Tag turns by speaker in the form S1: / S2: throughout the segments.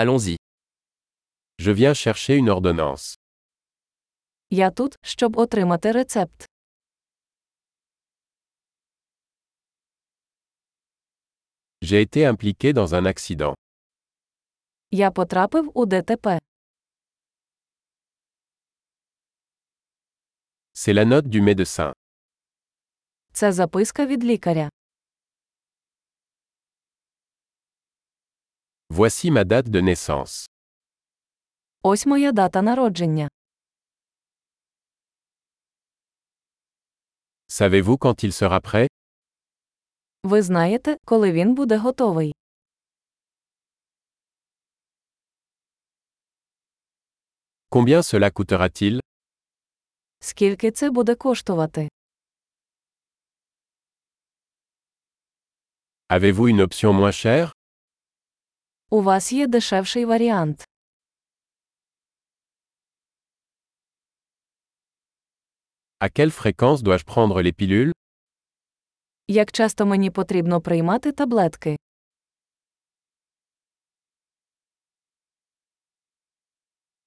S1: Allons-y. Je viens chercher une ordonnance.
S2: Я тут, щоб отримати рецепт.
S1: J'ai été impliqué dans un accident.
S2: Я потрапив у ДТП.
S1: C'est la note du médecin.
S2: Це записка від лікаря.
S1: Voici ma date de naissance.
S2: Ось моя дата народження.
S1: Savez-vous quand il sera prêt
S2: Ви знаєте, коли він буде готовий.
S1: Combien cela coûtera-t-il
S2: Скільки це буде коштувати?
S1: Avez-vous une option moins chère
S2: У вас є дешевший варіант.
S1: À quelle fréquence dois-je prendre les pilules
S2: Як часто мені потрібно приймати таблетки?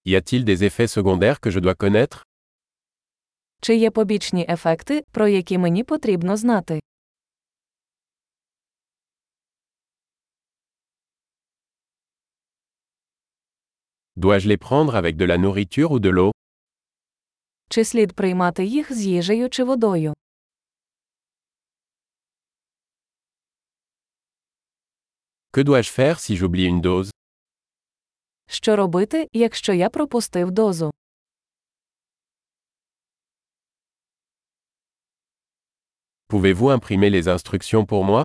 S1: Y a-t-il des effets secondaires que je dois connaître
S2: Чи є побічні ефекти, про які мені потрібно знати?
S1: Dois-je les prendre avec de la nourriture ou de l'eau
S2: Чи слід приймати їх з їжею чи водою?
S1: Que dois-je faire si j'oublie une dose
S2: Що робити, якщо я пропустив дозу?
S1: Pouvez-vous imprimer les instructions pour moi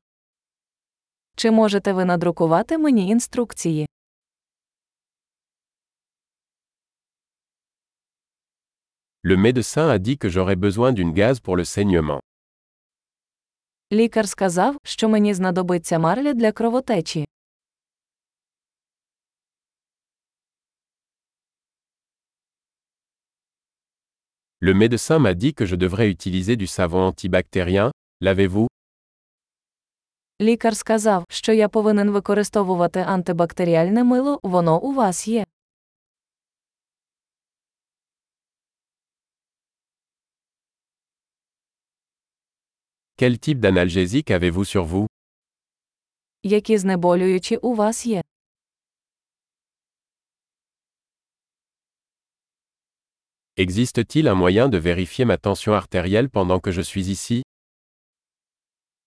S2: Чи можете ви надрукувати мені інструкції?
S1: Le médecin a dit que j'aurais besoin d'une gaz pour le saignement.
S2: Лікар сказав, що мені знадобиться марля для кровотечі.
S1: Le médecin m'a dit que je devrais utiliser du savon antibactérien. L'avez-vous
S2: Лікар сказав, що я повинен використовувати антибактеріальне мило, воно у вас є.
S1: Quel type d'analgésique avez-vous sur vous
S2: Які знеболюючі у вас є?
S1: Existe-t-il un moyen de vérifier ma tension artérielle pendant que je suis ici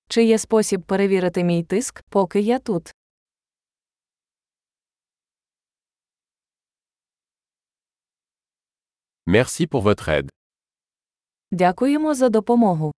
S2: Чи є спосіб перевірити мій тиск, поки я тут?
S1: Merci pour votre aide.
S2: Дякуємо за допомогу.